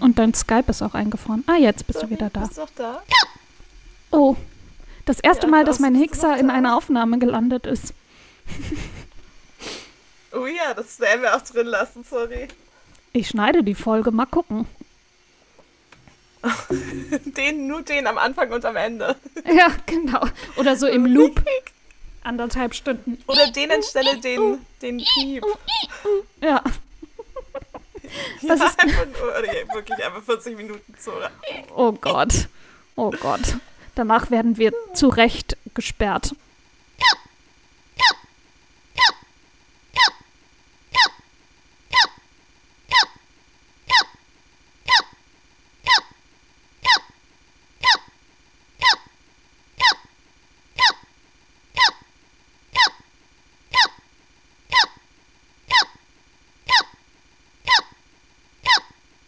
Und dein Skype ist auch eingefroren. Ah, jetzt bist Sorry, du wieder da. Bist du noch da? Oh, das erste Ja, Mal, das dass mein ist Hixer noch in da. einer Aufnahme gelandet ist. Oh ja, das werden wir auch drin lassen, sorry. Ich schneide die Folge, mal gucken. Den, nur den am Anfang und am Ende. Ja, genau. Oder so im Loop. Anderthalb Stunden. Oder den anstelle den, den Piep. Ja, Das ja, ist- einfach nur, oder ja, wirklich einfach 40 Minuten Zora. oh Gott. Oh Gott. Danach werden wir zu Recht gesperrt.